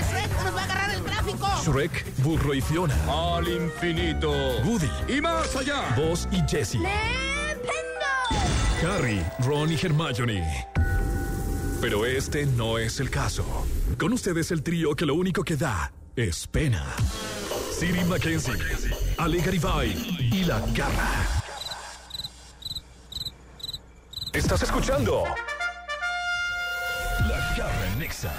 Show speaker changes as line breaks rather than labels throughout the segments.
Shrek! ¡Nos va a agarrar el tráfico!
Shrek, Burro y Fiona.
Al infinito.
Woody,
Y más allá.
Buzz y Jessie. Harry, Ron y Hermione. Pero este no es el caso. Con ustedes el trío que lo único que da es pena. Siri Mackenzie, Ale Garibay y La Garra. Estás escuchando La Garra en Nexa.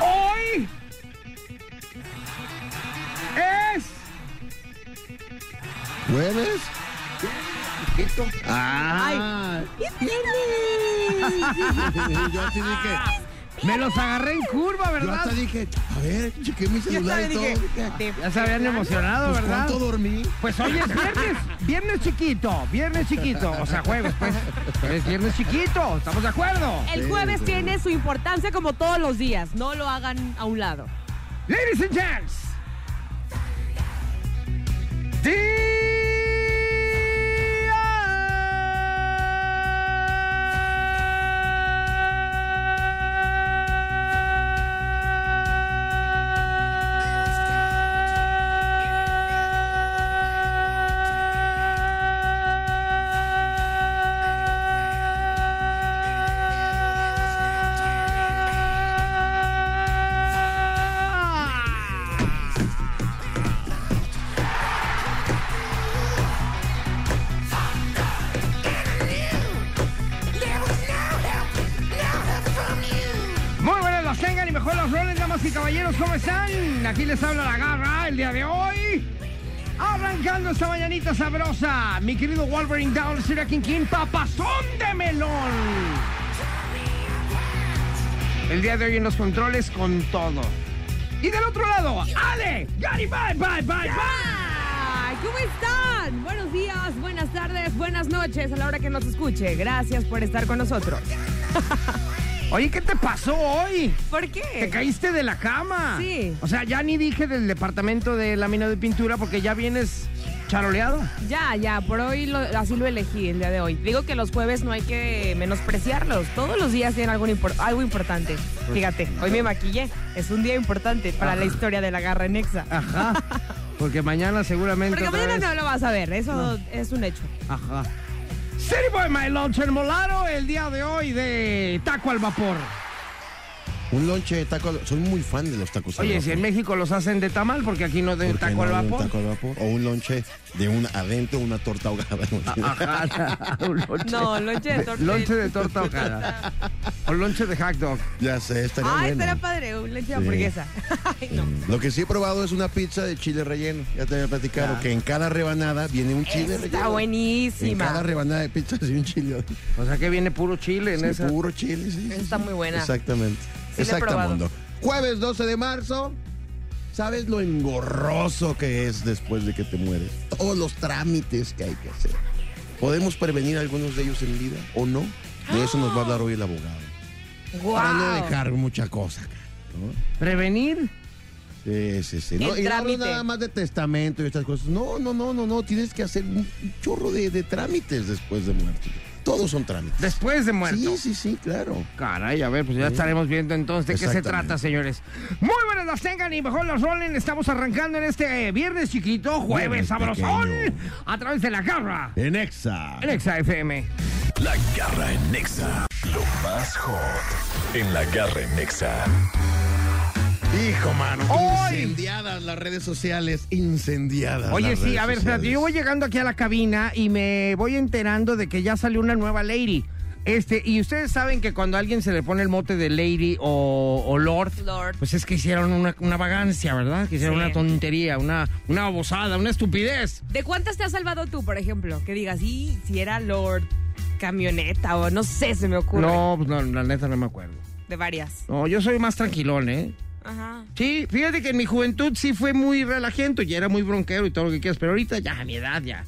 Hoy es
¿Jueves? Ah, yo así dije,
Me los agarré en curva,
yo
¿verdad?
hasta dije, a ver, chequé mi celular y todo. Dije,
Ya se habían emocionado,
pues,
¿verdad?
¿Cuánto dormí?
Pues hoy es viernes, viernes chiquito, viernes chiquito, o sea, jueves, pues. Pero es viernes chiquito, ¿estamos de acuerdo?
El jueves tiene su importancia como todos los días. No lo hagan a un lado.
Ladies and gents. Muy buenas los tengan y mejor los roles, damas y caballeros, ¿cómo están? Aquí les habla la garra el día de hoy. Arrancando esta mañanita sabrosa, mi querido Wolverine Down, Sir King King, papazón de melón. El día de hoy en los controles con todo. Y del otro lado, Ale, Gary, bye, bye, bye, bye.
Ay, ¿Cómo están? Buenos días, buenas tardes, buenas noches a la hora que nos escuche. Gracias por estar con nosotros.
Oye, ¿qué te pasó hoy?
¿Por
Te
qué?
caíste de la cama.
Sí.
O sea, ya ni dije del departamento de lámina de pintura porque ya vienes charoleado.
Ya, ya, por hoy lo- así lo elegí el día de hoy. Digo que los jueves no hay que menospreciarlos. Todos los días tienen algún impor- algo importante.
Pues,
Fíjate, hoy me maquillé. Es un día importante para la historia de la garra nexa.
Ajá. Porque mañana seguramente.
Porque
Ah, otra
mañana
vez-
no lo vas a ver, eso es un hecho.
Ajá. City Boy My Lunch en Molaro, el día de hoy de taco al vapor.
Un lonche de tacos, soy muy fan de los tacos. al
Oye, si en
vapor.
México los hacen de tamal, porque aquí no de
¿Por qué
taco
no
al
de un
vapor.
taco al vapor? O un lonche de un adentro, una torta ahogada.
ah. Ajá, un lonche.
No, lonche de torta.
Lonche de torta hojada. O lonche de hot dog.
ya sé, estaría
Ay,
bueno.
será padre, un leche de
Sí.
hamburguesa. Ay, no.
Lo que sí he probado es una pizza de chile relleno. Ya te había platicado que en cada rebanada viene un chile
Está
relleno. En cada
buenísima.
rebanada de pizza hay un chile.
O sea que viene puro chile en
Sí,
esa.
puro chile, sí.
Está muy buena.
Exactamente.
Sí, la he probado.
Exactamundo. Jueves 12 de marzo. ¿Sabes lo engorroso que es después de que te mueres? Todos los trámites que hay que hacer. ¿Podemos prevenir algunos de ellos en vida o no? De eso nos va a hablar hoy el abogado. Para no
Guau.
dejar mucha cosa. acá, ¿no?
Prevenir.
Sí, sí, sí. No,
El
y no hablo
trámite.
nada más de testamento y estas cosas. No, no, no, no, no. Tienes que hacer un un chorro de, de trámites después de muerto. Todos son trámites.
Después de muerto.
Sí, sí, sí, claro.
Caray, a ver, pues ya estaremos viendo entonces de qué se
Exactamente.
trata, señores. Muy buenas las tengan y mejor los rolen. Estamos arrancando en este eh, viernes chiquito, jueves
Viernes
sabrosón,
pequeño.
a través de la garra
En Exa.
en Exa FM.
La Garra en Nexa. Lo más hot en La Garra en Nexa.
Hijo, mano.
¡Ay!
Incendiadas las redes sociales. Incendiadas.
Oye,
las
sí,
redes
a ver,
sociales.
espérate, yo voy llegando aquí a la cabina y me voy enterando de que ya salió una nueva lady. Este, y ustedes saben que cuando a alguien se le pone el mote de Lady o, o Lord,
Lord.
pues es que hicieron una, una vagancia, ¿verdad? Que hicieron
Sí.
una tontería, una, una bobosada, una estupidez.
¿De cuántas te has salvado tú, por ejemplo? Que digas, sí, si era Lord, camioneta o no sé, se me ocurre.
No, pues no, la neta no me acuerdo.
De varias.
No, yo soy más tranquilón, ¿eh?
Ajá.
Sí, fíjate que en mi juventud sí fue muy relajento y era muy bronquero y todo lo que quieras, pero ahorita ya a mi edad ya.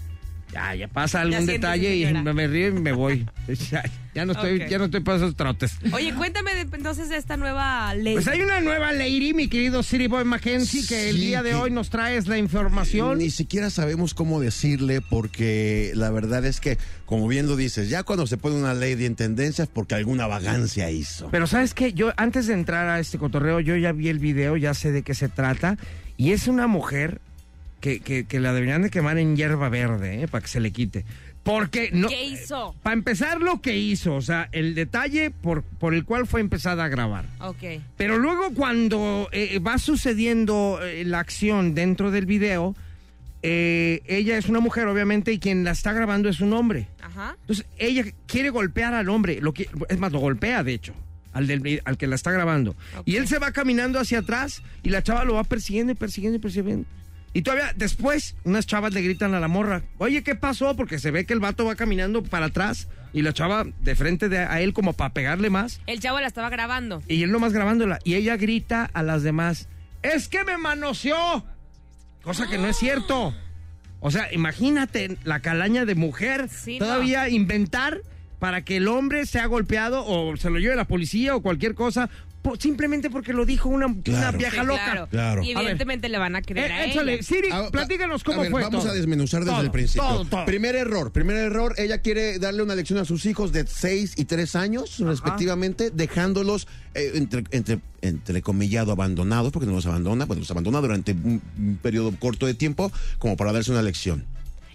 Ya, ya pasa algún
siéntese,
detalle y
señora.
me, me río y me voy. ya, ya no estoy,
Ok.
ya no estoy para esos trotes.
Oye, cuéntame de- entonces de esta nueva ley.
Pues hay una nueva lady, mi querido City Boy Mackenzie, que el
Sí,
día de
que-
hoy nos traes la información.
Ni siquiera sabemos cómo decirle porque la verdad es que, como bien lo dices, ya cuando se pone una ley de intendencias porque alguna vagancia hizo.
Pero sabes qué, yo antes de entrar a este cotorreo, yo ya vi el video, ya sé de qué se trata, y es una mujer que, que- que la deberían de quemar en hierba verde, eh, para que se le quite. Porque no...
¿Qué hizo?
Para empezar lo que hizo, o sea, el detalle por, por el cual fue empezada a grabar.
Ok.
Pero luego cuando eh, va sucediendo eh, la acción dentro del video, eh, ella es una mujer obviamente y quien la está grabando es un hombre.
Ajá.
Entonces ella quiere golpear al hombre, lo que, es más, lo golpea de hecho, al, del- al que la está grabando.
Ok.
Y él se va caminando hacia atrás y la chava lo va persiguiendo y persiguiendo y persiguiendo. Y todavía después unas chavas le gritan a la morra, oye, ¿qué pasó? Porque se ve que el vato va caminando para atrás y la chava de frente de, a él como para pegarle más.
El chavo la estaba grabando.
Y él nomás grabándola. Y ella grita a las demás, es que me manoseó. Cosa que no es cierto. O sea, imagínate la calaña de mujer
Sí,
todavía inventar para que el hombre sea golpeado o se lo lleve la policía o cualquier cosa, po- simplemente porque lo dijo una, una
Claro.
vieja
Sí,
loca.
Claro.
Claro.
Y
A ver.
evidentemente le van a creer a
Eh, échale,
ella.
Siri,
A- a-
platícanos
Ah, a
cómo
ver,
fue
Vamos
todo.
a desmenuzar desde
Todo,
el principio.
todo, todo.
Primer error, primer error. Ella quiere darle una lección a sus hijos de 6 y 3 años, respectivamente, dejándolos, eh, entre, entre, entrecomillado, abandonados, porque no los abandona, pues los abandona durante un, un periodo corto de tiempo, como para darse una lección.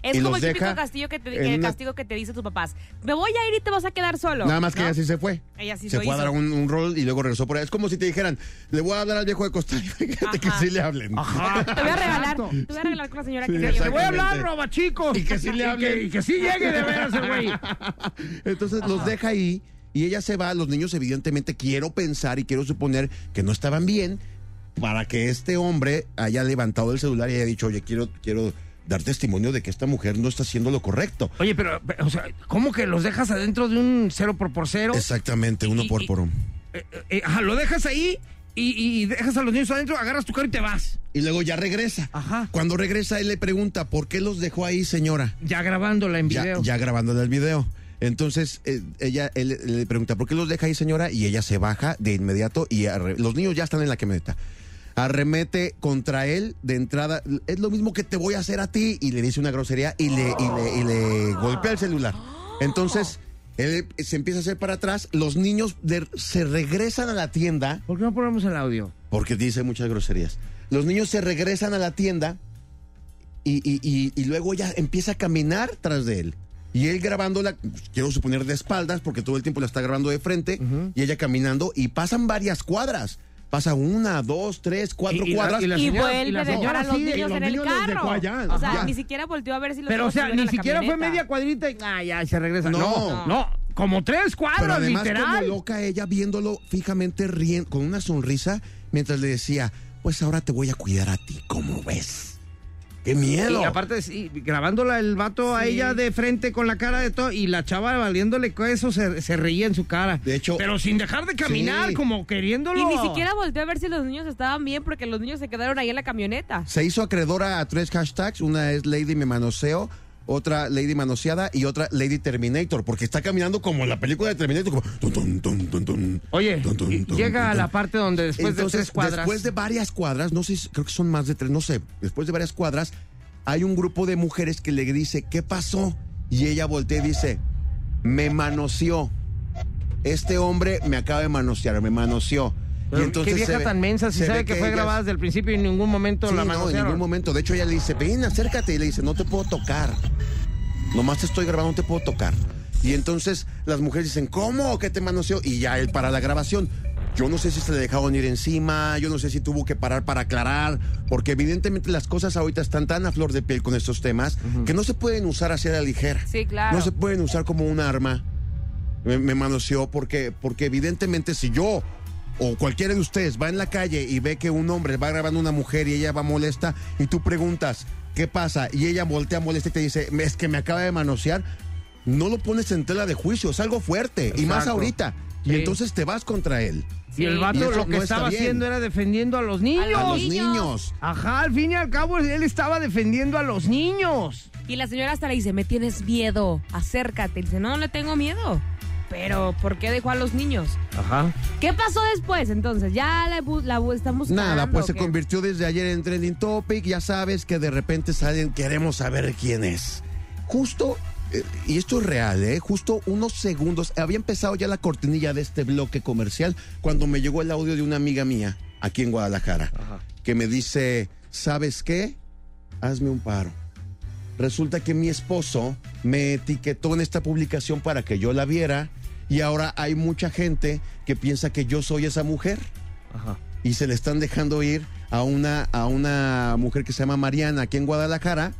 Es
Y
como
los
el típico
deja
castigo que, te,
en
que-
una-
castigo que te dice tus papás. Me voy a ir y te vas a quedar solo.
Nada más que
¿No?
ella sí se fue.
Ella sí
se
lo
fue a
hizo.
dar un, un rol y luego regresó por ahí. Es como si te dijeran, le voy a hablar al viejo de Costa Rica, fíjate que
Ajá.
sí le hablen.
Te voy a regalar, te voy a regalar con la señora que
Sí,
se
exacto.
Te voy a
lleva.
hablar, roba chicos.
Y que sí le hable.
Y que sí llegue de veras el güey.
Entonces los deja ahí y ella se va. Los niños, evidentemente, quiero pensar y quiero suponer que no estaban bien para que este hombre haya levantado el celular y haya dicho, oye, quiero, quiero dar testimonio de que esta mujer no está haciendo lo correcto.
Oye, pero, o sea, ¿cómo que los dejas adentro de un cero por por cero?
Exactamente, uno
Y-
por
y-
por uno.
Eh, eh, ajá, lo dejas ahí y, y dejas a los niños adentro, agarras tu carro y te vas.
Y luego ya regresa.
Ajá.
Cuando regresa, él le pregunta, ¿por qué los dejó ahí, señora?
Ya grabándola en
Ya,
video.
ya grabándole el video. Entonces, eh, ella él le pregunta, ¿por qué los deja ahí, señora? Y ella se baja de inmediato y arre- los niños ya están en la camioneta. Arremete contra él de entrada. Es lo mismo que te voy a hacer a ti. Y le dice una grosería y le, y le- y le golpea el celular. Entonces, él se empieza a hacer para atrás. Los niños de- se regresan a la tienda
¿Por qué no ponemos el audio?
porque dice muchas groserías. Los niños se regresan a la tienda y, y- y- y luego ella empieza a caminar tras de él. Y él grabándola, pues, quiero suponer de espaldas, porque todo el tiempo la está grabando de frente, y ella caminando, y pasan varias cuadras. Pasa una, dos, tres, cuatro
Y- y la-
cuadras.
y la
Y
señora-
vuelve
y la
a dejar
señora
a los
sí, y
niños
los
en el
niños los
carro.
dejó allá.
O sea,
Ajá.
ni siquiera volteó a ver si los
Pero, o
iba a
sea,
subir a
ni
la
siquiera fue
camioneta.
media cuadrita y ah, ya, se regresa. No,
No.
no, como tres
Pero
cuadras,
además
literal.
como loca ella viéndolo fijamente riendo, con una sonrisa, mientras le decía, pues ahora te voy a cuidar a ti, como ves? ¡Qué miedo!
Y aparte, sí, grabándola el vato a
Sí.
ella de frente con la cara de todo y la chava valiéndole eso se, se reía en su cara.
De hecho-
Pero sin dejar de caminar,
Sí.
como queriéndolo.
Y ni siquiera volteó a ver si los niños estaban bien porque los niños se quedaron ahí en la camioneta.
Se hizo acreedora a tres hashtags. Una es Lady Me Manoseo, otra Lady Manoseada y otra Lady Terminator, porque está caminando como en la película de Terminator. como tun, tun, tun, tun, tun,
Oye,
tun, tun,
y-
tun,
llega
tun,
a la
tun.
parte donde después de
Entonces,
tres cuadras.
Después de varias cuadras, no sé, si- creo que son más de tres, no sé, después de varias cuadras, hay un grupo de mujeres que le dice, ¿qué pasó? Y ella voltea y dice, me manoseó. Este hombre me acaba de manosear, me manoseó. Y
Pero
entonces
qué
se
vieja
ve-
tan mensa, si
se
sabe
ve
que, fue
ellas-
grabada desde el principio y en ningún momento
Sí,
la
no, en
manosearon.
ningún momento. De hecho, ella le dice, ven, acércate. Y le dice, no te puedo tocar. Nomás te estoy grabando, no te puedo tocar. Y entonces las mujeres dicen, ¿cómo? ¿Qué te manoseó? Y ya él para la grabación. Yo no sé si se le dejaron ir encima, yo no sé si tuvo que parar para aclarar, porque evidentemente las cosas ahorita están tan a flor de piel con estos temas que no se pueden usar hacia la ligera.
Sí, claro.
No se pueden usar como un arma me, me manoseó porque, porque evidentemente si yo o cualquiera de ustedes va en la calle y ve que un hombre va grabando a una mujer y ella va molesta y tú preguntas, ¿qué pasa? Y ella voltea molesta y te dice, "Me- es que me acaba de manosear, no lo pones en tela de juicio, es algo fuerte y más
Exacto.
ahorita. Y
Sí.
entonces te vas contra él.
Y el vato
Y eso
lo que
no está
estaba
bien.
haciendo era defendiendo a los niños.
A los
niños.
niños.
Ajá, al fin y al cabo él estaba defendiendo a los niños.
Y la señora hasta le dice, me tienes miedo, acércate. Y dice, no, no le tengo miedo. Pero, ¿por qué dejó a los niños?
Ajá.
¿Qué pasó después entonces? Ya la, bu- la bu- están buscando.
Nada, pues
¿o
se
qué?
convirtió desde ayer en trending topic. Ya sabes que de repente salen, queremos saber quién es. Justo, eh, y esto es real, ¿eh? Justo unos segundos. Había empezado ya la cortinilla de este bloque comercial cuando me llegó el audio de una amiga mía aquí en Guadalajara que me dice: ¿Sabes qué? Hazme un paro. Resulta que mi esposo me etiquetó en esta publicación para que yo la viera y ahora hay mucha gente que piensa que yo soy esa mujer y se le están dejando ir a una, a una mujer que se llama Mariana aquí en Guadalajara.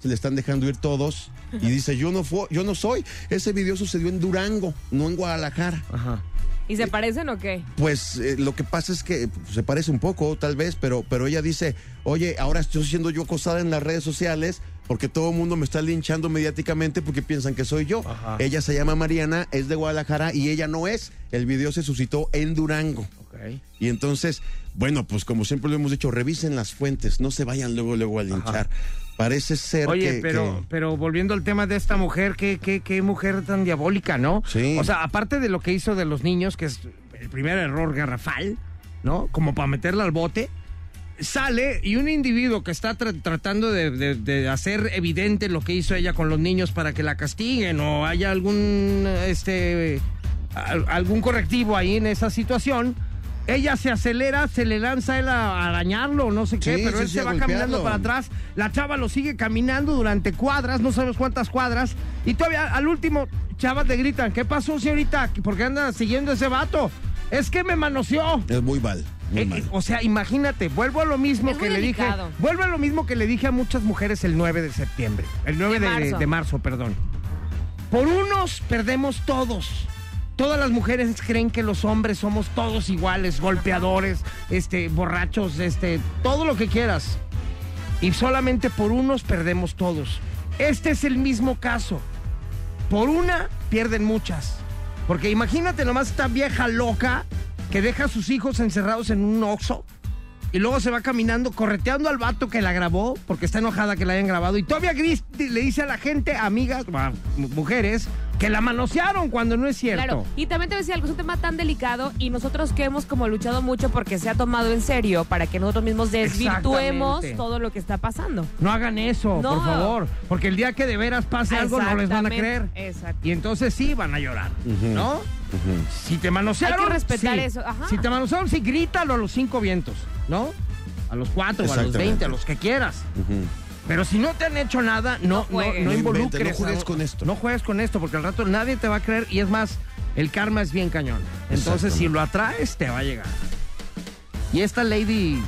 Se le están dejando ir todos y dice, yo no, fu- yo no soy. Ese video sucedió en Durango, no en Guadalajara.
¿Y se parecen o qué?
Pues eh, lo que pasa es que eh, se parece un poco, tal vez, pero, pero ella dice, oye, ahora estoy siendo yo acosada en las redes sociales porque todo el mundo me está linchando mediáticamente porque piensan que soy yo. Ella se llama Mariana, es de Guadalajara y ella no es. El video se suscitó en Durango. Y entonces, bueno, pues como siempre lo hemos dicho, revisen las fuentes, no se vayan luego, luego a linchar. Parece ser
Oye,
que-
pero,
que-
pero volviendo al tema de esta mujer, qué, qué, qué mujer tan diabólica, ¿no?
Sí.
O sea, aparte de lo que hizo de los niños, que es el primer error garrafal, ¿no? Como para meterla al bote. Sale y un individuo que está tra- tratando de, de- de hacer evidente lo que hizo ella con los niños para que la castiguen o haya algún este al- algún correctivo ahí en esa situación. Ella se acelera, se le lanza él a a arañarlo, no sé qué,
Sí,
pero
sí,
él
sí,
se
a
va
golpearlo.
caminando para atrás atrás, La chava lo sigue caminando durante cuadras, no sabes cuántas cuadras. Y todavía al último, chavas te gritan, ¿qué pasó, señorita? ¿Por qué anda siguiendo a ese vato? Es que me manoseó.
es muy mal, muy
Eh,
mal.
eh, o sea, imagínate, vuelvo a lo mismo
Es
que
muy
le dije.
delicado.
Vuelvo a lo mismo que le dije a muchas mujeres el 9 de septiembre. El 9 de,
De
de-
marzo.
de marzo, perdón. Por unos perdemos todos. Todas las mujeres creen que los hombres somos todos iguales, golpeadores, este, borrachos, este, todo lo que quieras. Y solamente por unos perdemos todos. Este es el mismo caso. Por una pierden muchas. Porque imagínate nomás esta vieja loca que deja a sus hijos encerrados en un oxo y luego se va caminando correteando al vato que la grabó porque está enojada que la hayan grabado. Y todavía Gris le dice a la gente, amigas, bah, mu- mujeres, que la manosearon cuando no es cierto.
Claro. Y también te decía algo, es un tema tan delicado y nosotros que hemos como luchado mucho porque se ha tomado en serio para que nosotros mismos desvirtuemos
Exactamente.
todo lo que está pasando.
No hagan eso,
No.
por favor. Porque el día que de veras pase algo no les van a
Exactamente,
creer.
exacto.
Y entonces sí van a llorar, ¿no? Si te manosearon.
Hay que respetar
sí.
eso, ajá.
Si te manosearon, sí, grítalo a los cinco vientos, ¿no? A los cuatro, o a los
Exactamente.
veinte, a los que quieras. Pero si no te han hecho nada, no, no, no,
juegues. No
inventes,
involucres.
no juegues
a-
con esto.
No juegues con esto, porque al rato nadie te va a creer y es más, el karma es bien cañón. Entonces,
Exactamente.
si lo atraes, te va a llegar. Y esta lady,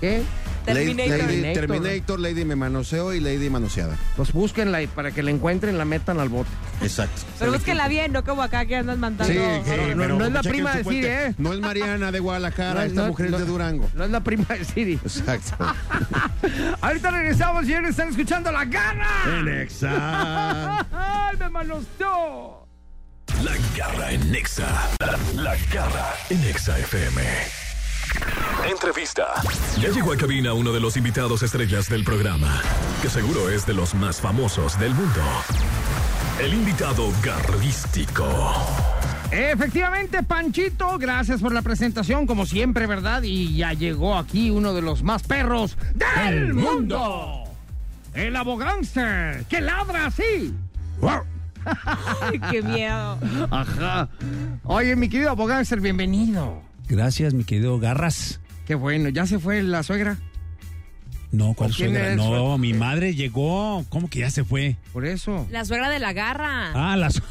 ¿qué?
Lady-
Terminator.
Lady,
Terminator.
eh, Terminator, Lady me manoseo y Lady manoseada.
Pues búsquenla y para que la encuentren, la metan al bote.
Exacto.
Pero búsquenla bien, no como acá que andan mandando.
Sí, sí,
no,
pero
no es la
chequen
prima
su
de
fuente.
Siri, ¿eh?
No es Mariana de
No,
Guadalajara, esta
no,
mujer
no.
es de Durango.
No es la prima de Siri.
Exacto.
Ahorita regresamos, señores. Están escuchando la garra.
Exacto.
¡Ay, me manoseó!
La garra en Nexa. La garra en Nexa FM. Entrevista. Ya llegó a cabina uno de los invitados estrellas del programa, que seguro es de los más famosos del mundo. El invitado garrístico.
Efectivamente, Panchito, gracias por la presentación, como siempre, ¿verdad? Y ya llegó aquí uno de los más perros del mundo. El abogánster, que ladra así.
Ay, qué miedo.
Ajá. Oye, mi querido abogánster, bienvenido.
Gracias, mi querido Garras.
Qué bueno, ¿ya se fue la suegra?
No, ¿cuál
¿O quién
suegra?
es?
No, mi madre llegó. ¿Cómo que ya se fue?
Por eso,
La suegra de la garra.
Ah, las.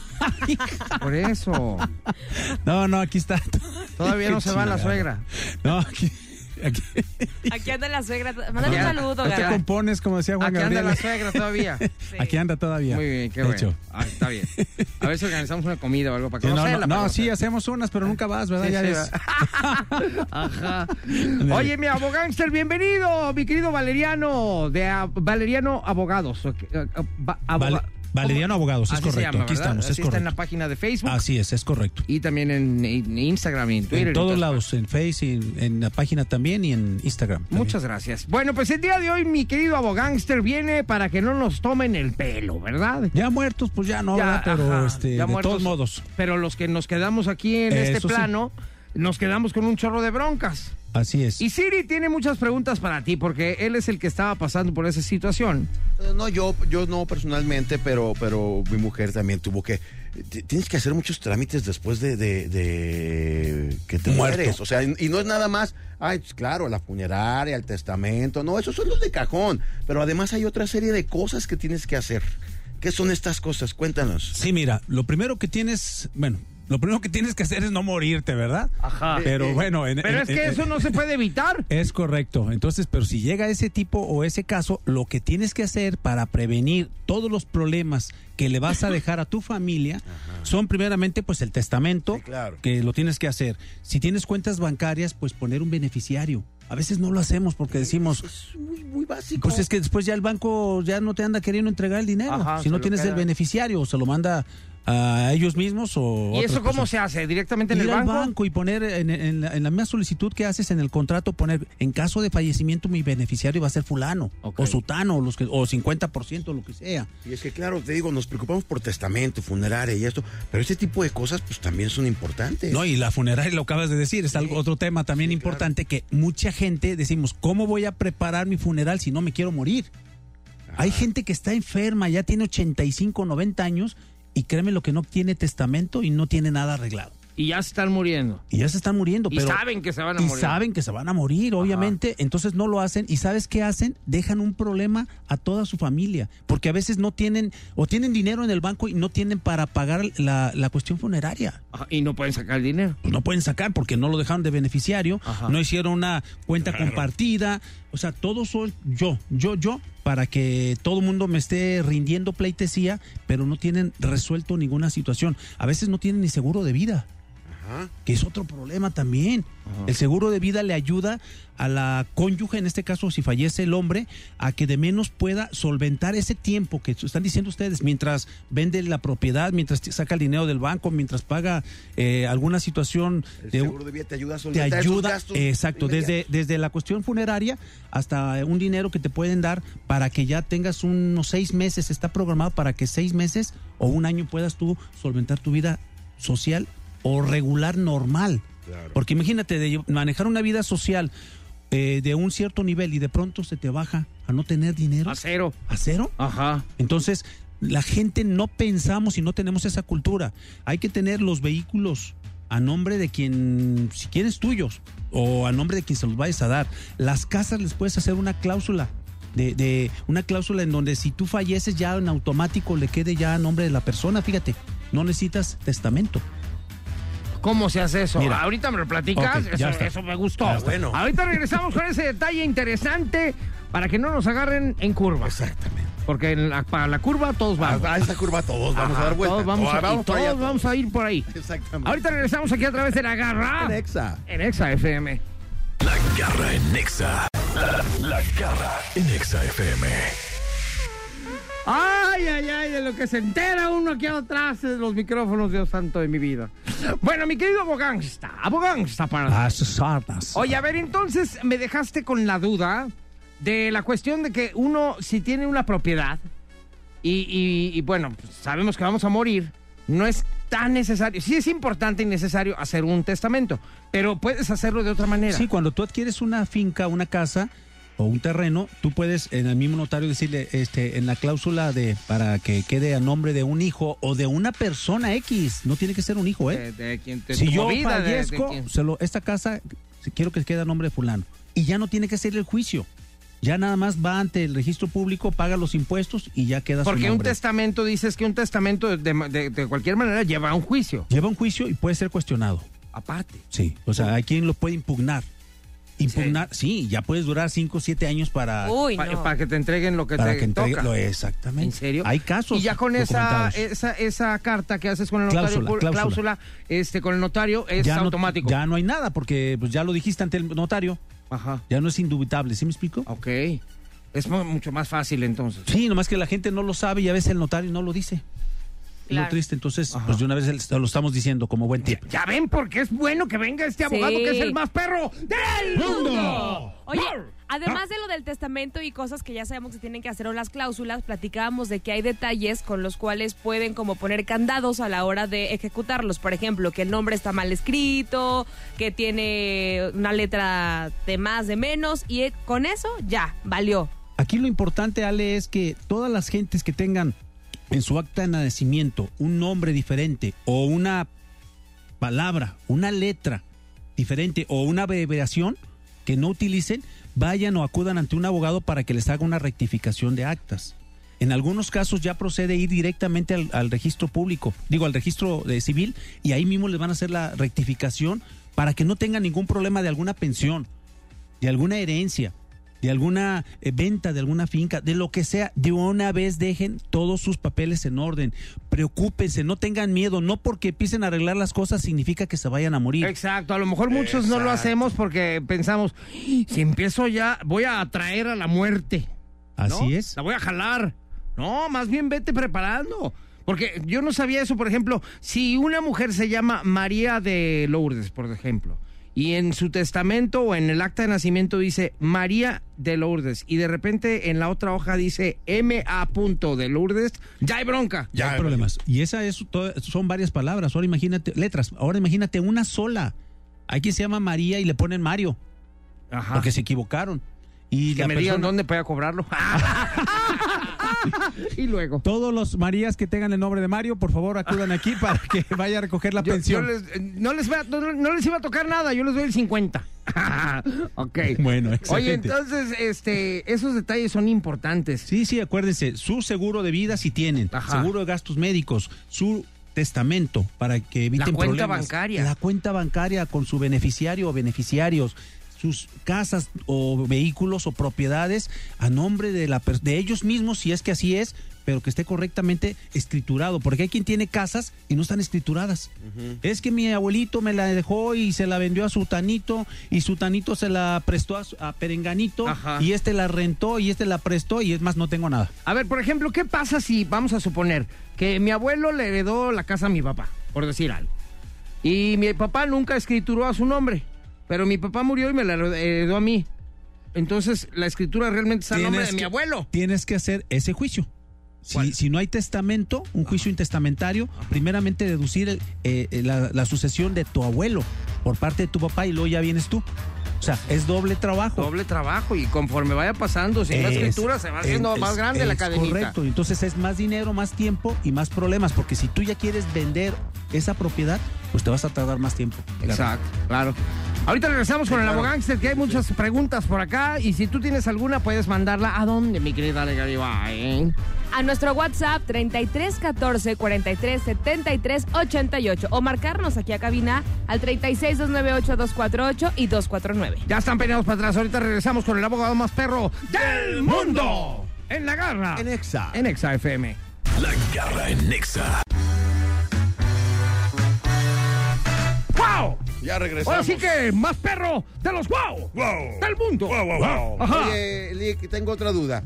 por eso.
No, no, aquí está.
Todavía no se va la suegra.
No, aquí. Aquí,
Aquí anda la suegra. Mándale un
Ya,
saludo,
aquí
te
Garra.
compones, como decía Juan
Aquí anda
Gabriel.
la suegra todavía.
Sí.
Aquí anda todavía.
Muy bien, qué
de
bueno.
hecho.
Ah, está bien. A ver si organizamos una comida o algo para
Sí, no, no,
conocerla.
no,
pero-
sí, hacemos unas, pero nunca vas, ¿verdad?
Sí,
ya
sí,
ves.
va. Ajá.
Oye, mi abogánster, bienvenido, mi querido Valeriano, de a- Valeriano Abogados. ok, eh, va- aboga-
Vale- Valeriano Abogados, es
Así se
correcto.
llama,
aquí
¿verdad?
estamos,
Así
es
está en la
correcto.
página de Facebook
Así es, es correcto.
y también en, en Instagram y en Twitter. y
En todos
todo.
lados, en Face, y en, en la página también y en Instagram. también.
Muchas gracias.
Bueno, pues el día de hoy, mi querido abogánster viene para que no nos tomen el pelo, ¿verdad?
Ya muertos, pues ya no,
Ya,
¿verdad? pero
ajá,
este,
ya
de
muertos.
todos modos.
Pero los que nos quedamos aquí en este
Eso sí.
plano, nos quedamos con un chorro de broncas.
Así es.
Y Siri tiene muchas preguntas para ti, porque él es el que estaba pasando por esa situación.
Eh, No, yo, yo no personalmente, pero, pero mi mujer también tuvo que. t- Tienes que hacer muchos trámites después de, de- de que te
Muerto.
mueres. O sea, y y no es nada más, ay, pues, claro, la funeraria, el testamento. No, esos son los de cajón. Pero además hay otra serie de cosas que tienes que hacer. ¿Qué son estas cosas? Cuéntanos.
Sí, mira, lo primero que tienes, bueno, lo primero que tienes que hacer es no morirte, ¿verdad?
Ajá.
Pero bueno, en-
Pero
en-
es que
en-
eso no se puede
eh,
evitar.
Es correcto. Entonces, pero si llega ese tipo o ese caso, lo que tienes que hacer para prevenir todos los problemas que le vas a dejar a tu familia son primeramente pues el testamento,
Sí, claro.
que lo tienes que hacer. Si tienes cuentas bancarias, pues poner un beneficiario. A veces no lo hacemos porque decimos,
Es muy, muy básico.
pues es que después ya el banco ya no te anda queriendo entregar el dinero.
Ajá,
si
se
no
lo
tienes el
queda.
beneficiario, o se lo manda a ellos mismos o...
¿Y eso
otras
cómo
personas
se hace? ¿Directamente en
ir
el banco?
al banco y poner en, en la, en la misma solicitud que haces en el contrato, poner en caso de fallecimiento mi beneficiario va a ser fulano
Ok.
o sutano o, los que, o 50% lo que sea.
Y es que, claro, te digo, nos preocupamos por testamento, funeraria y esto. Pero este tipo de cosas, pues también son importantes.
No, y la funeraria lo acabas de decir, es algo, otro tema también
Sí, claro.
importante que mucha gente decimos, ¿cómo voy a preparar mi funeral si no me quiero morir? Hay gente que está enferma, ya tiene 85, 90 años y créeme lo que no tiene testamento y no tiene nada arreglado.
Y ya se están muriendo.
Y ya se están muriendo,
Y
pero
saben que se van a
y
morir.
saben que se van a morir, obviamente, entonces no lo hacen y sabes qué hacen, dejan un problema a toda su familia, porque a veces no tienen o tienen dinero en el banco y no tienen para pagar la, la cuestión funeraria.
Ajá, y no pueden sacar el dinero.
No pueden sacar porque no lo dejaron de beneficiario,
Ajá.
no hicieron una cuenta compartida, o sea, todo soy yo, yo, yo, para que todo el mundo me esté rindiendo pleitesía, pero no tienen resuelto ninguna situación. A veces no tienen ni seguro de vida
Ajá.
que es otro problema también. El seguro de vida le ayuda a la cónyuge, en este caso si fallece el hombre, a que de menos pueda solventar ese tiempo que están diciendo ustedes, mientras vende la propiedad, mientras te saca el dinero del banco, mientras paga eh, alguna situación
El
de,
seguro de vida te ayuda a
te
solventar esos
ayuda,
gastos
exacto,
inmediatos.
desde, desde la cuestión funeraria hasta un dinero que te pueden dar para que ya tengas unos seis meses, está programado para que seis meses o un año puedas tú solventar tu vida social o regular normal.
Claro.
Porque imagínate, de lle- manejar una vida social eh, de un cierto nivel y de pronto se te baja a no tener dinero
A cero.
a cero.
Ajá.
Entonces, la gente no pensamos y no tenemos esa cultura. Hay que tener los vehículos a nombre de quien, si quieres, tuyos o a nombre de quien se los vayas a dar. Las casas les puedes hacer una cláusula. De, de una cláusula en donde si tú falleces ya en automático le quede ya a nombre de la persona, fíjate, no necesitas testamento.
¿Cómo se hace eso?
Mira.
Ahorita me lo platicas,
Ok,
eso,
ya está. Ah,
eso me gustó.
Ya está.
Bueno. Ahorita regresamos con ese detalle interesante para que no nos agarren en curva.
Exactamente.
Porque en la- para la curva todos
Ah,
vamos.
A esta Ah, curva todos vamos a
Ajá,
dar vuelta.
Todos vamos,
Ahora
a, y
para allá
todos vamos a ir por ahí.
Exactamente.
Ahorita regresamos aquí a través de la garra.
En Exa.
En Exa FM.
La garra en Nexa. La, la garra en Nexa FM.
Ay, ay, ay, de lo que se entera uno aquí atrás de los micrófonos, Dios santo de mi vida. Bueno, mi querido abogánsta, abogánsta para
A sus armas.
Oye, a ver, entonces me dejaste con la duda de la cuestión de que uno, si tiene una propiedad, y, y- y, bueno, pues, sabemos que vamos a morir, no es tan necesario. Sí es importante y necesario hacer un testamento, pero puedes hacerlo de otra manera.
Sí, cuando tú adquieres una finca, una casa o un terreno, tú puedes en el mismo notario decirle, este, en la cláusula de para que quede a nombre de un hijo o de una persona X, no tiene que ser un hijo,
De,
¿eh?
de quien te
si
tu
yo
movida, de- de
fallezco,
quien-
se lo- esta casa si quiero que quede a nombre de fulano y ya no tiene que ser el juicio. Ya nada más va ante el registro público, paga los impuestos y ya queda su
Porque un
nombre.
testamento, dices que un testamento de, de- de cualquier manera lleva a un juicio,
Lleva un juicio y puede ser cuestionado.
aparte.
Oh.
Sí, o sea, hay quien lo puede impugnar. Impugnar, sí. ya puedes durar 5 o 7 años para,
Oh,
Uy,
Pa-
no.
Para que te entreguen lo que
para
te
que entregue.
toca.
lo- exactamente.
¿En serio?
Hay casos.
Y ya con esa,
documentados.
esa, esa carta que haces con el notario,
Cláusula,
por-
cláusula.
este, con el notario, es
Ya no-
automático.
ya no hay nada, porque pues, ya lo dijiste ante el notario.
Ajá.
Ya no es indubitable, ¿sí me explico?
Ok. Es mu- mucho más fácil entonces.
Sí, nomás que la gente no lo sabe y a veces el notario no lo dice. Es
Claro.
Lo triste, entonces,
Ajá.
pues de una vez el- lo estamos diciendo como buen tiempo.
Ya ven por qué es bueno que venga este abogado que es el más perro del mundo.
Oye, además de lo del testamento y cosas que ya sabemos que se tienen que hacer o las cláusulas, platicábamos de que hay detalles con los cuales pueden como poner candados a la hora de ejecutarlos. Por ejemplo, que el nombre está mal escrito, que tiene una letra de más, de menos, y eh, con eso ya, valió.
Aquí lo importante, Ale, es que todas las gentes que tengan en su acta de nacimiento un nombre diferente o una palabra, una letra diferente o una abreviación que no utilicen, vayan o acudan ante un abogado para que les haga una rectificación de actas. En algunos casos ya procede ir directamente al, al registro público, digo al registro eh, civil, y ahí mismo les van a hacer la rectificación para que no tengan ningún problema de alguna pensión, de alguna herencia, de alguna eh, venta, de alguna finca, de lo que sea, de una vez dejen todos sus papeles en orden. Preocúpense, no tengan miedo, no porque empiecen a arreglar las cosas significa que se vayan a morir.
Exacto, a lo mejor muchos no lo hacemos porque pensamos, si empiezo ya, voy a atraer a la muerte. ¿no?
Así es.
La voy a jalar. No, más bien vete preparando. Porque yo no sabía eso, por ejemplo, si una mujer se llama María de Lourdes, por ejemplo, y en su testamento o en el acta de nacimiento dice María de Lourdes, y de repente en la otra hoja dice M.A. punto de Lourdes, ya hay bronca.
Ya hay problemas. Y esa es to- son varias palabras. Ahora imagínate letras. Ahora imagínate una sola. Hay quien se llama María y le ponen Mario
Ajá.
porque se equivocaron. Y
Ah. que
la
me digan
persona-
dónde voy a cobrarlo. y luego.
Todos los Marías que tengan el nombre de Mario, por favor acudan aquí para que vaya a recoger la
Yo- yo
pensión.
les- eh, no, les va- no- no les iba a tocar nada, yo les doy el 50. ok.
Bueno, excelente.
Oye, entonces, este, esos detalles son importantes.
Sí, sí, acuérdense, su seguro de vida si tienen,
Ajá.
seguro de gastos médicos, su testamento para que eviten
cuenta
problemas.
bancaria.
La cuenta bancaria con su beneficiario o beneficiarios, sus casas o vehículos o propiedades a nombre de la per- de ellos mismos si es que así es, pero que esté correctamente escriturado, porque hay quien tiene casas y no están escrituradas. Es que mi abuelito me la dejó y se la vendió a su tanito y su tanito se la prestó a, su- a perenganito
Ajá.
y este la rentó y este la prestó y es más no tengo nada.
A ver, por ejemplo, ¿qué pasa si, vamos a suponer, que mi abuelo le heredó la casa a mi papá, por decir algo? Y mi papá nunca escrituró a su nombre, pero mi papá murió y me la heredó a mí. Entonces, la escritura realmente está a nombre de
que-
mi abuelo.
Tienes que hacer ese juicio.
¿Cuál?
Si, si no hay testamento, un juicio intestamentario, primeramente deducir el- eh, eh, la, la sucesión de tu abuelo por parte de tu papá y luego ya vienes tú. O sea, es doble trabajo.
Doble trabajo y conforme vaya pasando, sin la
Es-
escritura se va haciendo
es-
más grande la
es
cadenita.
Correcto, entonces es más dinero, más tiempo y más problemas, porque si tú ya quieres vender esa propiedad, pues te vas a tardar más tiempo.
Exacto, claro. Ahorita regresamos con el abogánster, que hay muchas preguntas por acá. Y si tú tienes alguna, puedes mandarla a dónde, mi querida Ale Garibay.
A nuestro WhatsApp 33 14 43 73 88 o marcarnos aquí a cabina al 36 298 248 y 249.
Ya están peinados para atrás. Ahorita regresamos con el abogado más perro del mundo. En la garra.
En Exa.
En Exa FM.
La garra en Nexa.
¡Wow!
Ya regresamos.
Ahora sí que más perro de los wow,
Wow.
del mundo. Ajá.
Oye, Lick, tengo otra duda.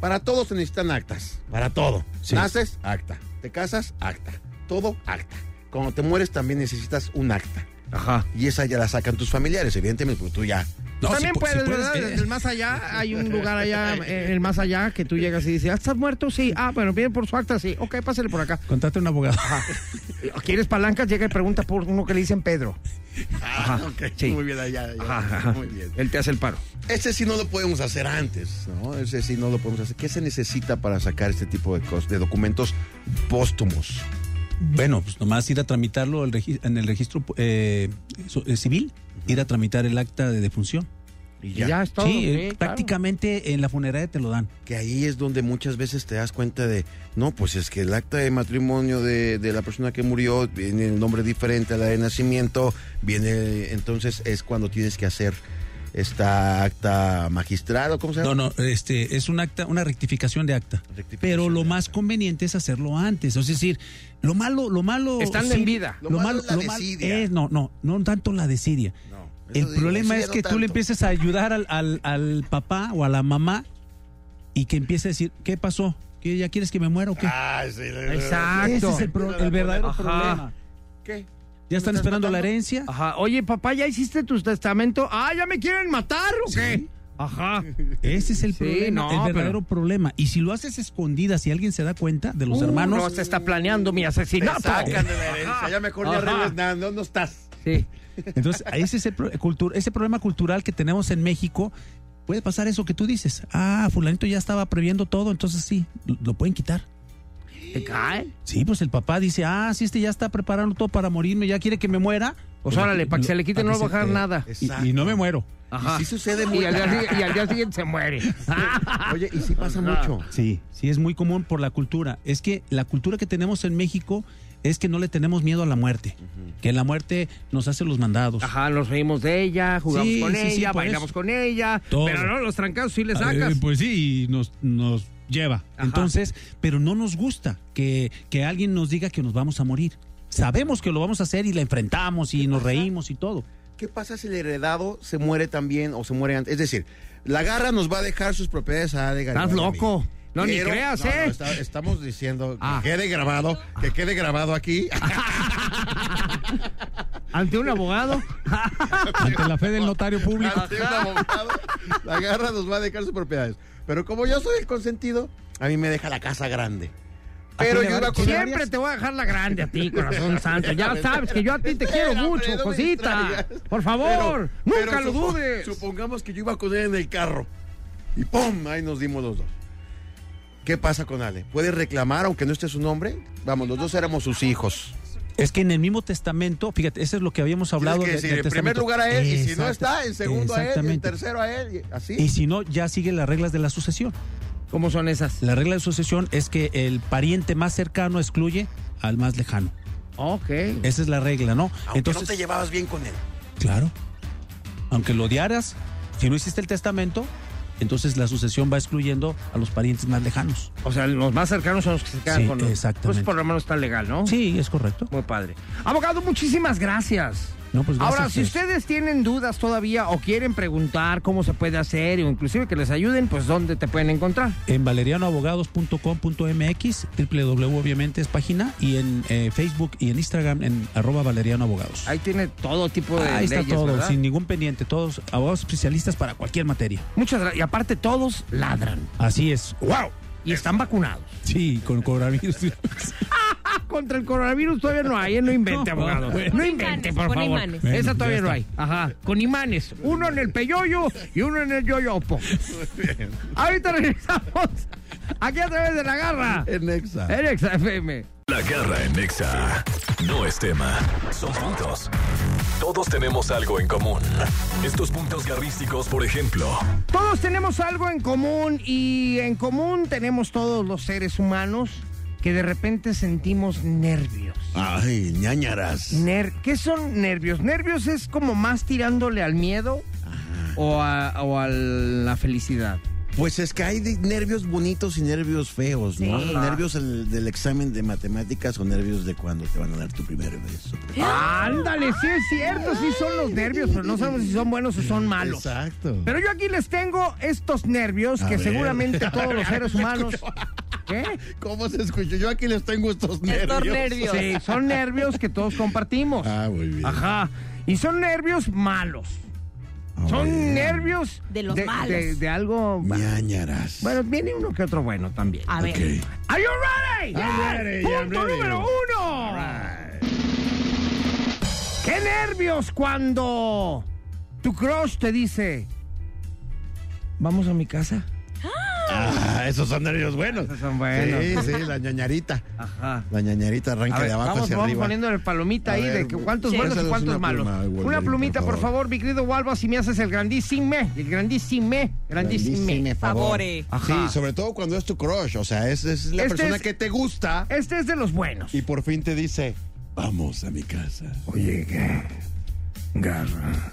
Para todos se necesitan actas. Para todo. Naces, acta. Te casas, acta. Todo, acta. Cuando te mueres también necesitas un acta.
Ajá.
Y esa ya la sacan tus familiares, evidentemente, porque tú ya.
También puedes, eh, ¿verdad? Desde el más allá, hay un lugar allá, eh, el más allá, que tú llegas y dices, "Ah, ¿estás muerto? Sí. Ah, bueno, viene por su acta, sí. Ok, pásale por acá.
Contrate un abogado.
¿Quieres palancas? Llega y pregunta por uno que le dicen Pedro.
Ah, ok.
sí.
Muy bien, allá. ya. Muy bien.
Él te hace el paro.
Ese sí no lo podemos hacer antes, ¿no? Ese sí no lo podemos hacer. ¿Qué se necesita para sacar este tipo de, cos- de documentos póstumos?
Bueno, pues nomás ir a tramitarlo al regi- en el registro eh, so- eh, civil, ir a tramitar el acta de defunción.
Y
Ya,
ya.
es todo.
sí, eh,
claro.
prácticamente en la funeraria te lo dan.
Que ahí es donde muchas veces te das cuenta de, no, pues es que el acta de matrimonio de, de la persona que murió viene el nombre diferente a la de nacimiento, viene, entonces es cuando tienes que hacer esta acta magistral o cómo se
No,
llama.
no, este, es un acta, una rectificación de acta.
Rectificación
Pero lo
de
más conveniente es hacerlo antes. Es decir, lo malo, lo malo.
Estando en vida.
Lo, malo, es
la
lo malo
desidia.
es- no, no, no tanto la desidia.
No, eso
El
digo,
problema
sí,
es
no
que tú le
tanto.
empieces a ayudar al, al- al papá o a la mamá y que empiece a decir, ¿qué pasó? ¿Que ya quieres que me muera o qué?
Ah, sí,
Exacto.
Ese es el, pro- el verdadero
Ajá.
problema.
¿Qué?
Ya están
¿Me estás
esperando la
matando?
herencia.
Ajá. Oye, papá, ¿ya hiciste tu testamento? Ah, ¿ya me quieren matar o qué? Ajá.
Ese es el
Sí,
problema,
no,
el verdadero problema. Y si lo haces escondida, si alguien se da cuenta de los hermanos,
Uh, No, se está planeando mi asesinato.
Ah,
Sacan de la herencia. Ya mejor
Ajá.
ya arregles nada. ¿Dónde estás?
Sí.
Entonces, ese es el pro- cultu- ese problema cultural que tenemos en México. Puede pasar eso que tú dices. Ah, fulanito ya estaba previendo todo, entonces sí, lo- lo pueden quitar.
¿Te cae?
Sí, pues el papá dice, ah, sí, este ya está preparando todo para morirme, ya quiere que me muera.
Pues órale, para que se le quite no
para que
va a
se-
bajar
eh,
nada.
Y, y no me muero.
Ajá.
Y sí sucede
Y
mucho.
al día, sigui- y al día siguiente se muere.
Oye, y sí pasa mucho.
Sí, sí, es muy común por la cultura. Es que la cultura que tenemos en México es que no le tenemos miedo a la muerte, que la muerte nos hace los mandados.
Ajá, nos reímos de ella, jugamos
Sí,
con
sí, sí,
ella,
por
bailamos
eso.
con ella.
Todo.
Pero no, los trancados sí le
Ah, eh,
sacas.
pues sí, y nos, nos lleva.
Ajá.
Entonces, pero no nos gusta que, que alguien nos diga que nos vamos a morir. Sabemos que lo vamos a hacer y la enfrentamos y nos reímos y todo.
¿Qué pasa si el heredado se muere también o se muere antes? Es decir, la garra nos va a dejar sus propiedades ah, a Adega.
Estás loco. No, ni creas, ¿eh?
estamos diciendo que
Ah.
quede grabado, que quede grabado aquí.
pues.
Ante un abogado.
Ante la fe del notario público.
Ante un abogado, la garra nos va a dejar sus propiedades. Pero como yo soy el consentido, a mí me deja la casa grande. Pero yo iba con
Siempre te voy a dejar la grande a ti, corazón santo. Ya sabes que yo a ti te quiero
Espérame,
mucho,
no me
cosita.
distraigas.
Por
Pero-
favor,
pero
nunca lo
supo-
dudes.
Supongamos que yo iba con él en el carro. Y ¡pum! Ahí nos dimos los dos. ¿Qué pasa con Ale? ¿Puede reclamar aunque no esté su nombre? Vamos, los dos éramos sus hijos.
Es que en el mismo testamento, fíjate, eso es lo que habíamos hablado.
Tienes que
de-
decir,
del
en primer
testamento.
lugar a él, y si no
Exacta-
está, en segundo a él, y en
exactamente.
tercero a él, y así.
Y si no, ya siguen las reglas de la sucesión.
¿Cómo son esas?
La regla de sucesión es que el pariente más cercano excluye al más lejano.
Ok.
Esa es la regla, ¿no?
aunque no te llevabas bien con él.
Claro. Aunque lo odiaras, si no hiciste el testamento, entonces la sucesión va excluyendo a los parientes más lejanos.
O sea, los más cercanos son los que se quedan
Sí,
con los.
exactamente.
Pues por lo menos está legal, ¿no?
Sí, es correcto.
Muy padre. Abogado, muchísimas gracias.
No, pues gracias
Ahora,
a
si
ustedes.
ustedes tienen dudas todavía o quieren preguntar cómo se puede hacer o inclusive que les ayuden, pues ¿dónde te pueden encontrar?
En valerianoabogados.com.mx, www obviamente es página, y en eh, Facebook y en Instagram en arroba valerianoabogados.
Ahí tiene todo tipo de
Ahí está
leyes,
todo,
¿verdad?
sin ningún pendiente, todos abogados especialistas para cualquier materia.
Muchas gracias. Y aparte, todos ladran.
Así es.
¡Wow! Y están vacunados.
Sí, con coronavirus.
Contra el coronavirus todavía no hay, ¿eh? no invente,
No,
abogado.
bueno.
No invente,
Imanes,
por
con
favor.
imanes.
Bueno,
Esa todavía
ya
no hay.
está.
Ajá, con imanes. Uno en el peyoyo y uno en el yoyopo. Ahorita regresamos. Aquí a través de la garra.
En Nexa.
En Exa FM.
La garra en Nexa no es tema, son puntos. Todos tenemos algo en común. Estos puntos garrísticos, por ejemplo,
Todos tenemos algo en común y en común tenemos todos los seres humanos que de repente sentimos nervios.
Ay, ñañaras.
Ner- ¿Qué son nervios? Nervios es como más tirándole al miedo o a, o a la felicidad.
Pues es que hay de- nervios bonitos y nervios feos, ¿no?
Sí.
Nervios el- del examen de matemáticas o nervios de cuando te van a dar tu primer beso.
Ándale, sí es cierto, sí son los nervios, pero no sabemos si son buenos o son malos.
Exacto.
Pero yo aquí les tengo estos nervios
A
que
ver.
seguramente todos los seres humanos... ¿Qué?
¿Cómo se escuchó? Yo aquí les tengo estos nervios.
Estos nervios.
Sí, son nervios que todos compartimos.
Ah, muy bien.
Ajá. Y son nervios malos. Son nervios
De los malos.
De, de algo.
Ñañaras.
Bueno, viene uno que otro bueno también.
A ver.
Ok.
¿Are you ready?
I'm
Yes.
ready,
Punto
I'm ready.
número uno. ¡Qué nervios cuando tu crush te dice, vamos a mi casa!
Ah, esos son nervios buenos.
Esos son buenos.
Sí, sí, la ñañarita.
Ajá.
La ñañarita arranca
A ver,
de abajo
vamos,
hacia
vamos
arriba.
poniéndole palomita
A
ahí de
ver,
que cuántos
sí.
buenos y
Pásanos
cuántos
una
malos.
pluma, Wolverine,
una plumita, por
por
favor.
favor.
mi querido Walva, si me haces el grandísime, el grandísime, grandísime.
Favore.
Ajá.
Sí, sobre todo cuando es tu crush. O sea, es, es la
Este
persona
es-
que te gusta
Este es de los buenos.
y por fin te dice: Vamos a mi casa.
Oye, ¿qué? Garra.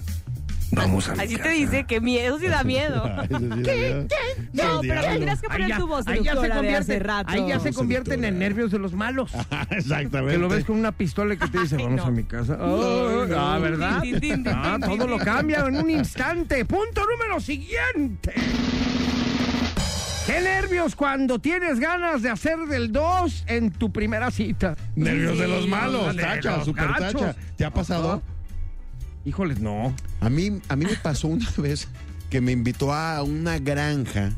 Vamos a mi
Así te
casa.
dice que miedo, sí da miedo.
Ah, eso sí da miedo.
No,
Sí,
pero
diablo.
tendrías que
Ahí
poner
ya-
tu voz
ahí ya se
seductora de hace
convierte,
rato.
ahí ya se
Voz
convierten en
seductora.
nervios de los malos.
Exactamente.
Que lo ves con una pistola y que te dice,
Ay,
vamos
no.
a mi casa. Oh,
no.
ah, ¿verdad?
Tin, tin, tin,
Ah,
tin,
todo
tin,
lo
tin.
cambia en un instante. Punto número siguiente. Qué nervios cuando tienes ganas de hacer del 2 en tu primera cita.
Nervios de los
Sí,
malos,
de
tacha,
los
super
gachos.
tacha. ¿Te ha pasado?
Híjoles, no.
A mí, a mí me pasó una vez que me invitó a una granja.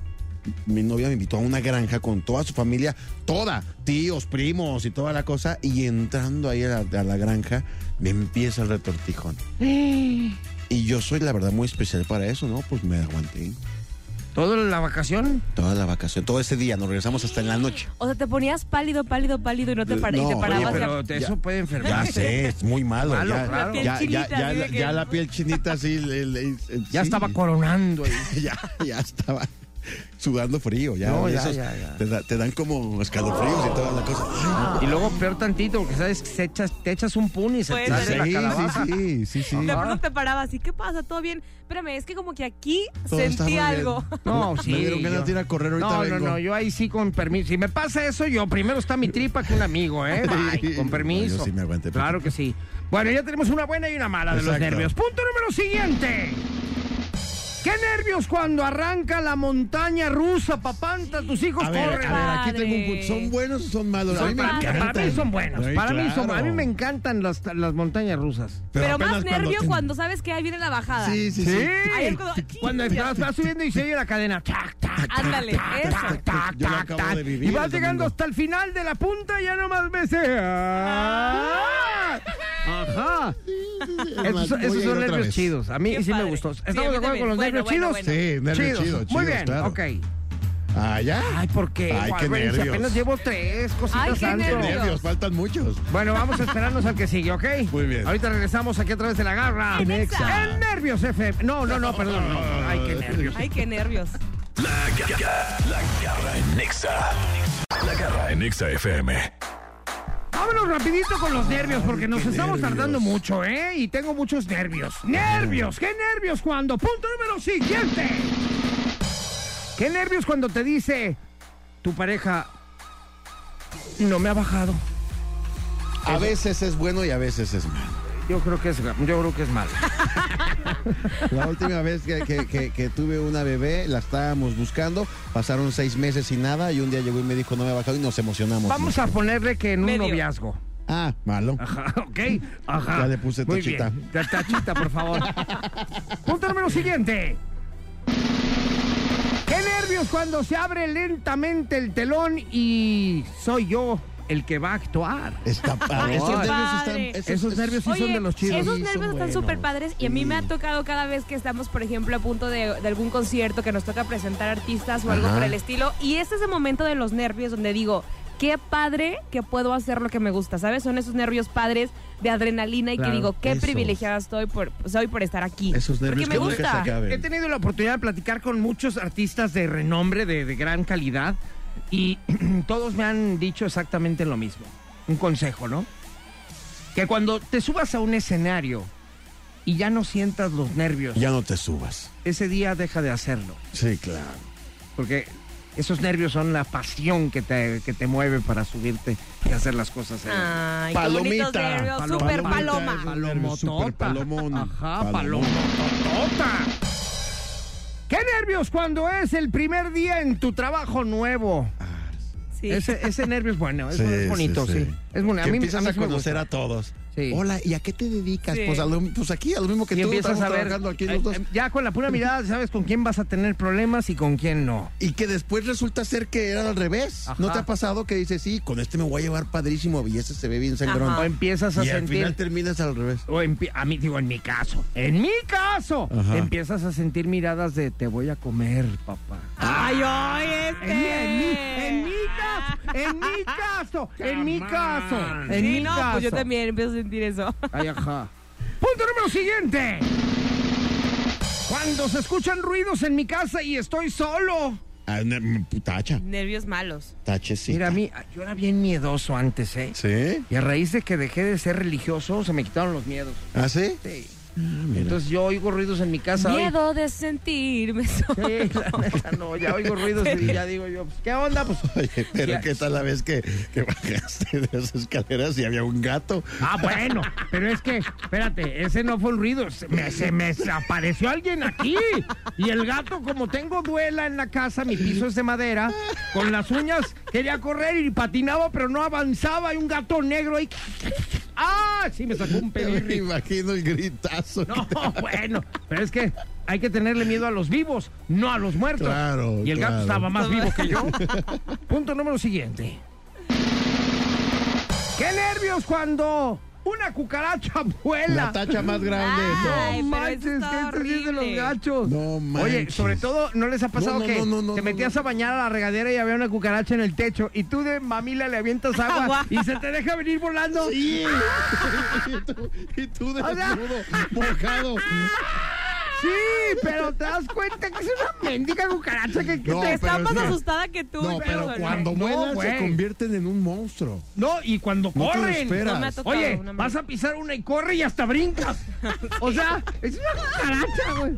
Mi novia me invitó a una granja con toda su familia, toda, tíos, primos y toda la cosa. Y entrando ahí a la, a la granja, me empieza el retortijón. Y yo soy, la verdad, muy especial para eso, ¿no? Pues me aguanté
¿Todo la vacación?
toda la vacación, todo ese día. Nos regresamos hasta en la noche.
O sea, te ponías pálido, pálido, pálido y no te, para- y
No,
te
oye,
parabas.
Oye, pero
de-
ya-
eso puede enfermar.
Ya sé, es muy malo.
Malo,
ya,
claro.
ya,
La piel
ya,
chinita,
ya,
así
la-
de que-
ya la piel chinita, sí. le- le- sí.
Ya estaba coronando ahí.
ya, ya estaba sudando frío, ya.
No, ya,
Esos
ya, ya.
Te, da- te dan como escalofríos y toda la cosa. Ay,
Y luego peor tantito, porque sabes que se echas- te echas un pun y se
Puede
te sale
ser.
la calabaza.
sí, sí, sí, sí.
De
Ajá.
pronto te parabas y ¿qué pasa? ¿Todo bien? Espérame, es que como que aquí
Todo está muy
sentí
bien.
algo.
No, sí.
Me dieron ganas
yo-
de ir a correr, ahorita
no,
vengo.
No, no, yo ahí sí con permiso. Si me pasa eso, yo primero está mi tripa que un amigo, ¿eh? Bye, con permiso.
No, yo sí me aguanté.
Claro que sí. Bueno, ya tenemos una buena y una mala de los
Exacto.
nervios. Punto número siguiente. ¿Qué nervios cuando arranca la montaña rusa, papanta? Tus hijos
A ver, a
corren.
ver, aquí tengo un punto.
Padre.
¿Son buenos o son malos? A mí
Son
me
para,
encantan.
para mí son buenos.
Ay,
para mí son
claro.
A mí me encantan las, las montañas rusas.
Pero, más
apenas
nervio cuando,
te-
sabes que ahí viene la bajada.
Sí, sí, sí.
Ahí es cuando-
Cuando
Ya.
estás, vas subiendo y se oye la cadena. Tac, tac, tac,
Ándale,
tac,
eso.
tac, tac,
Yo lo
tac,
acabo
tac.
de vivir
Y vas
el
llegando
domingo.
hasta el final de la punta y ya nomás ves. ¡Ah! Ajá. Esos,
Voy a
esos
ir
son
otra
nervios
vez.
chidos. A mí
Qué
sí me
padre.
gustó.
Sí,
¿Estamos
a mí
de acuerdo con los
también.
nervios
Bueno,
chidos?
bueno, bueno.
Sí, nervios chidos.
Muy
chidos,
bien,
claro.
ok.
Ah, ya.
Ay, ¿por qué?
Ay, qué
Wolverine? Si
nervios.
apenas llevo tres cositas
Ay, qué
antes.
Qué
nervios.
nervios, faltan muchos.
Bueno, vamos a esperarnos al que sigue, ¿ok?
Muy bien.
Ahorita regresamos aquí a través de la garra.
En Exa.
En nervios, F. No, no, no, perdón. no. Ay, qué nervios.
Ay, qué nervios.
La garra, la garra en Nexa. La garra en Nexa FM.
Vámonos rapidito con los nervios porque nos estamos tardando mucho, ¿eh? Y tengo muchos nervios. ¡Nervios! ¡Qué nervios cuando! Punto número siguiente. ¿Qué nervios cuando te dice tu pareja no me ha bajado?
A veces es bueno y a veces es malo.
Yo creo que es yo creo que es mal.
La última vez que, que- que- que tuve una bebé, la estábamos buscando, pasaron seis meses y nada, y un día llegó y me dijo, no me ha bajado, y nos emocionamos.
Vamos a ponerle que en un
Medio.
noviazgo.
Ah, malo.
Ajá, ok. Ajá.
Ya le puse
Muy
tachita.
bien. Ta- Tachita, por favor. Punto número siguiente. Qué nervios cuando se abre lentamente el telón y soy yo el que va a actuar.
Está padre.
Ay,
Esos
qué
nervios
padre.
están-
Esos nervios sí son
Oye,
de los chidos.
Esos
Sí,
nervios
son
están
buenos.
súper padres y a mí me ha tocado cada vez que estamos, por ejemplo, a punto de, de algún concierto que nos toca presentar artistas o algo
Ajá.
por el estilo. Y este es el momento de los nervios donde digo, qué padre que puedo hacer lo que me gusta, ¿sabes? Son esos nervios padres de adrenalina y
Claro,
que digo, qué
esos.
privilegiada estoy por, soy por estar aquí.
Esos nervios
Porque me
que nunca se
gusta.
acaban.
He tenido la oportunidad de platicar con muchos artistas de renombre, de, de gran calidad, y todos me han dicho exactamente lo mismo. Un consejo, ¿no? Que cuando te subas a un escenario y ya no sientas los nervios,
Ya no te subas.
ese día deja de hacerlo.
Sí, claro.
Porque esos nervios son la pasión que te, que te mueve para subirte y hacer las cosas. en-
Ay,
Palomita.
qué bonitos nervios,
Paloma.
super paloma.
Palomita. Nervios, super palomón.
Ajá,
Palomón.
palomototota. ¡Qué nervios cuando es el primer día en tu trabajo nuevo!
Sí.
Ese, ese nervio es bueno, es,
Sí,
es bonito, sí. Es bueno.
Que
A mí,
empiezas
mí
a,
sí me
conocer
gusta.
a todos.
Sí.
Hola, ¿y a qué te dedicas?
Sí.
Pues, a lo- pues aquí, a lo mismo que
Y
tú,
empiezas
estamos
a ver.
trabajando aquí
eh,
los dos.
eh, ya con la pura mirada sabes con quién vas a tener problemas y con quién no.
Y que después resulta ser que era al revés.
Ajá.
¿No te ha pasado que dices, sí, con este me voy a llevar padrísimo y ese se ve bien
Ajá.
sangrón?
O empiezas a
Y al
sentir.
final terminas al revés.
o empi- a mí digo en mi caso, en mi caso,
Ajá.
empiezas a sentir miradas de te voy a comer, papá.
Ay, ay, este.
En mi, en mi, en mi caso, en mi caso, en mi caso, en
Sí,
mi
no,
caso.
pues yo también empiezo a sentir eso.
Ay, ajá. Punto número siguiente. Cuando se escuchan ruidos en mi casa y estoy solo.
Ah, ne- Tacha,
Nervios malos.
tachecita.
Mira, a mí, yo era bien miedoso antes, ¿eh?
¿Sí?
Y a raíz de que dejé de ser religioso, se me quitaron los miedos.
¿Ah, sí?
Sí. Entonces yo oigo ruidos en mi casa. hoy.
Miedo de sentirme solo.
Sí, la neta, no, ya oigo ruidos y ya digo yo, pues, ¿qué onda? Pues,
Oye, pero
Ya.
¿qué tal la vez que, que bajaste de las escaleras y había un gato?
Ah, bueno, pero es que, espérate, ese no fue un ruido. Se me, se me apareció alguien aquí. Y el gato, como tengo duela en la casa, mi piso es de madera, con las uñas quería correr y patinaba, pero no avanzaba. Y un gato negro ahí. ¡Ah! Sí, me sacó un
Pero me
pedo.
imagino el gritazo.
No, bueno, pero es que hay que tenerle miedo a los vivos, no a los muertos.
Claro,
Y el gato
claro.
estaba más vivo que yo. Punto número siguiente. ¡Qué nervios cuando una cucaracha vuela!
La tacha más grande.
Ay,
No
pero eso
manches,
está
¿qué es de los
horrible.
gachos?
No manches.
Oye, sobre todo, ¿no les ha pasado
No, no,
que
no, no, no,
te
no,
metías
no.
a bañar a la regadera y había una cucaracha en el techo y tú de mamila le avientas agua,
Agua.
y se te deja venir volando?
Sí. y tú, y tú
sea-
desnudo, mojado.
Sí, pero te das cuenta que es una mendiga cucaracha que, que
No,
te-
Está
pero
más
es que-
asustada que tú.
No, pero
Híjole.
cuando
No,
muelan se
güey.
convierten en un monstruo.
No, y cuando
No te lo
corren.
esperas.
No me ha tocado
Oye,
una
vas a pisar una y corre y hasta brincas. O sea, es una cucaracha, güey.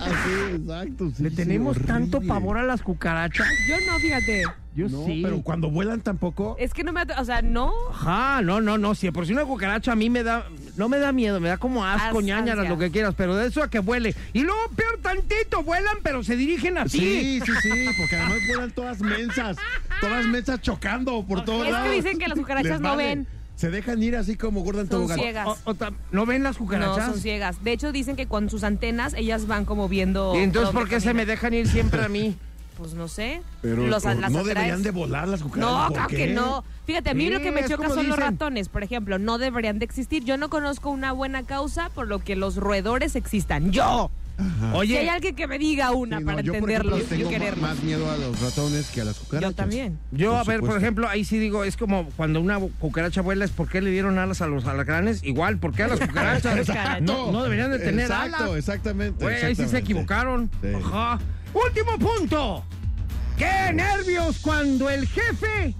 Así, exacto. sí,
Le
sí,
tenemos
horrible.
tanto pavor a las cucarachas.
Yo no, fíjate.
Yo
No,
sí.
pero cuando vuelan tampoco.
Es que no me... ha to- O sea, no.
Ajá, no, no, no. Si de por si una cucaracha a mí me da. No me da miedo, me da como asco,
Asco,
ñañaras,
ansia.
lo que quieras, pero de eso a que vuele. Y luego, peor tantito, vuelan, pero se dirigen a ti.
Sí, sí, sí, porque además vuelan todas mensas, todas mensas chocando por todos
Es que
lados.
dicen que las cucarachas
Les
no ven.
Se dejan ir así como gordan
Son
tobogán.
ciegas.
O- o tam- ¿No ven las
No,
cucarachas?
son ciegas. De hecho, dicen que con sus antenas ellas van como viendo...
¿Y entonces
dónde
por qué se me
caminan.
dejan ir siempre a mí?
Pues no sé.
Pero
Los-
pero
las
no
atraes.
deberían de volar las cucarachas.
No,
¿por
claro
qué?
que no. Fíjate, a mí
Sí,
lo que me
es
choca
como
son los
dicen.
ratones, por ejemplo. No deberían de existir. Yo no conozco una buena causa por lo que los roedores existan. ¡Yo!
Oye.
Si hay alguien que me diga una
Sí, no,
para
yo, por
entenderlos
ejemplo,
y
tengo
quererlos.
más miedo a los ratones que a las cucarachas.
yo también.
Yo,
Por
a ver, por
supuesto.
ejemplo, ahí sí digo, es como cuando una bu- cucaracha vuela, es ¿por qué le dieron alas a los alacranes? Igual, ¿por qué a las cucarachas? no, no deberían de tener
Exacto,
alas.
exactamente.
Güey, ahí sí se
exactamente.
equivocaron.
Sí.
Ajá. Último punto. ¡Qué nervios cuando el jefe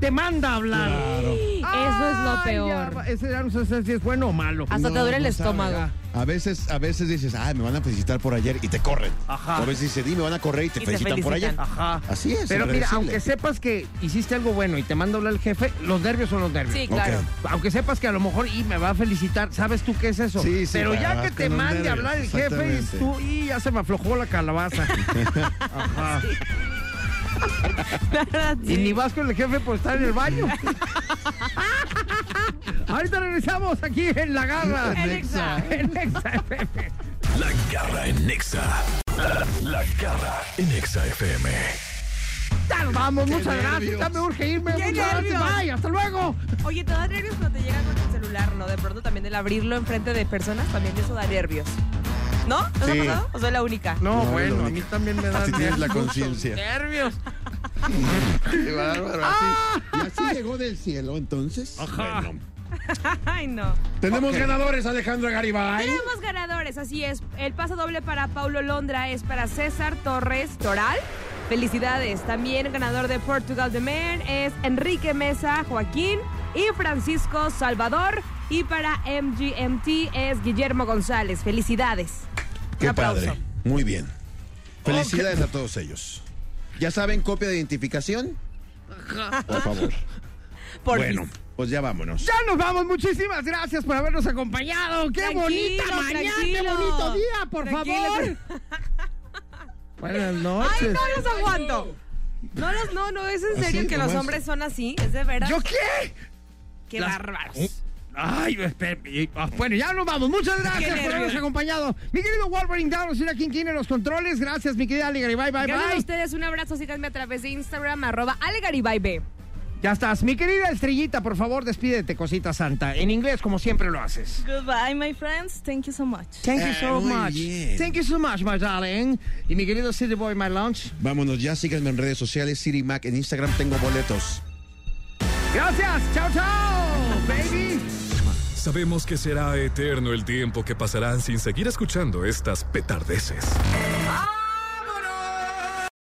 te manda a hablar!
Claro.
Eso es lo
Ay,
peor.
ya, ese ya no sé si es bueno o malo.
Hasta te duele el estómago.
ah. A veces, a veces dices, ah, me van a felicitar por ayer y te corren.
Ajá.
O a veces dices, me van a correr y te
Y te
felicitan, por ayer.
felicitan.
Ajá.
Así es,
Pero mira,
impredecible.
aunque sepas que hiciste algo bueno y te manda a hablar el jefe, los nervios son los nervios.
Sí, claro.
Ok.
Aunque sepas que a lo mejor y me va a felicitar, ¿sabes tú qué es eso?
Sí, sí,
Pero
para
ya que
abajo,
te
los
mande a
nervios,
hablar el jefe y
exactamente.
tú y ya se me aflojó la calabaza. Ajá. Y ni vas con el jefe por estar en el baño. Ahorita regresamos aquí en la garra.
En Exa.
En Exa FM.
La garra en Nexa. La, la garra en Nexa FM.
Ya nos Vamos, muchas gracias.
nervios.
Ya me urge irme.
Qué
Muchas gracias.
nervios.
Bye, hasta luego.
Oye, te da nervios cuando te llegan con tu celular, ¿no? De pronto también el abrirlo enfrente de personas, también eso da nervios. ¿No? ¿No
Sí.
ha pasado? ¿O soy la única?
No,
No,
bueno,
lo
a mí
único.
también me da
Así tienes la
nervios.
conciencia.
Nervios.
Qué bárbaro,
Ah.
así. Y así llegó del cielo, entonces.
Ajá.
Bueno.
Ay, no.
Tenemos ganadores, Alejandra Garibay.
Tenemos ganadores, así es. El paso doble para Paulo Londra es para César Torres Toral. Felicidades. También ganador de Portugal de Men es Enrique Mesa Joaquín y Francisco Salvador. Y para MGMT es Guillermo González. Felicidades. Un
Qué
aplauso.
padre. Muy bien. Felicidades a todos ellos. ¿Ya saben copia de identificación? Por favor.
Por
bueno, pues ya vámonos.
Ya nos vamos, muchísimas gracias por habernos acompañado. ¡Qué
Tranquilo,
bonita mañana! ¡Qué
tranquilo.
bonito día, por
Tranquilo,
favor! Buenas
Ay,
noches.
no los aguanto. No, los, no, no, es en
Así
serio que los
nomás.
hombres son así, es de verdad.
¿Yo qué?
Qué
las-
bárbaros.
Ay, espera, y- ah, bueno, ya nos vamos. Muchas gracias por
nervios.
habernos acompañado. Mi querido Wolverine Down, señora quien tiene los controles. Gracias, mi querida Alegre. Bye, bye,
Gracias a
bye.
ustedes, un abrazo, síganme a través de Instagram, arroba alegaribaibe.
Ya estás. Mi querida Estrellita, por favor, despídete, cosita santa. En inglés, como siempre lo haces.
Goodbye, my friends. Thank you so much.
Thank you
you
so
so Ah, muy
much.
much. bien.
Thank you so much, my darling. Y mi querido City Boy, my lunch.
Vámonos, ya síganme en redes sociales, Siri Mac, en Instagram tengo boletos.
Gracias. Chao, chao, baby.
Sabemos que será eterno el tiempo que pasarán sin seguir escuchando estas petardeces.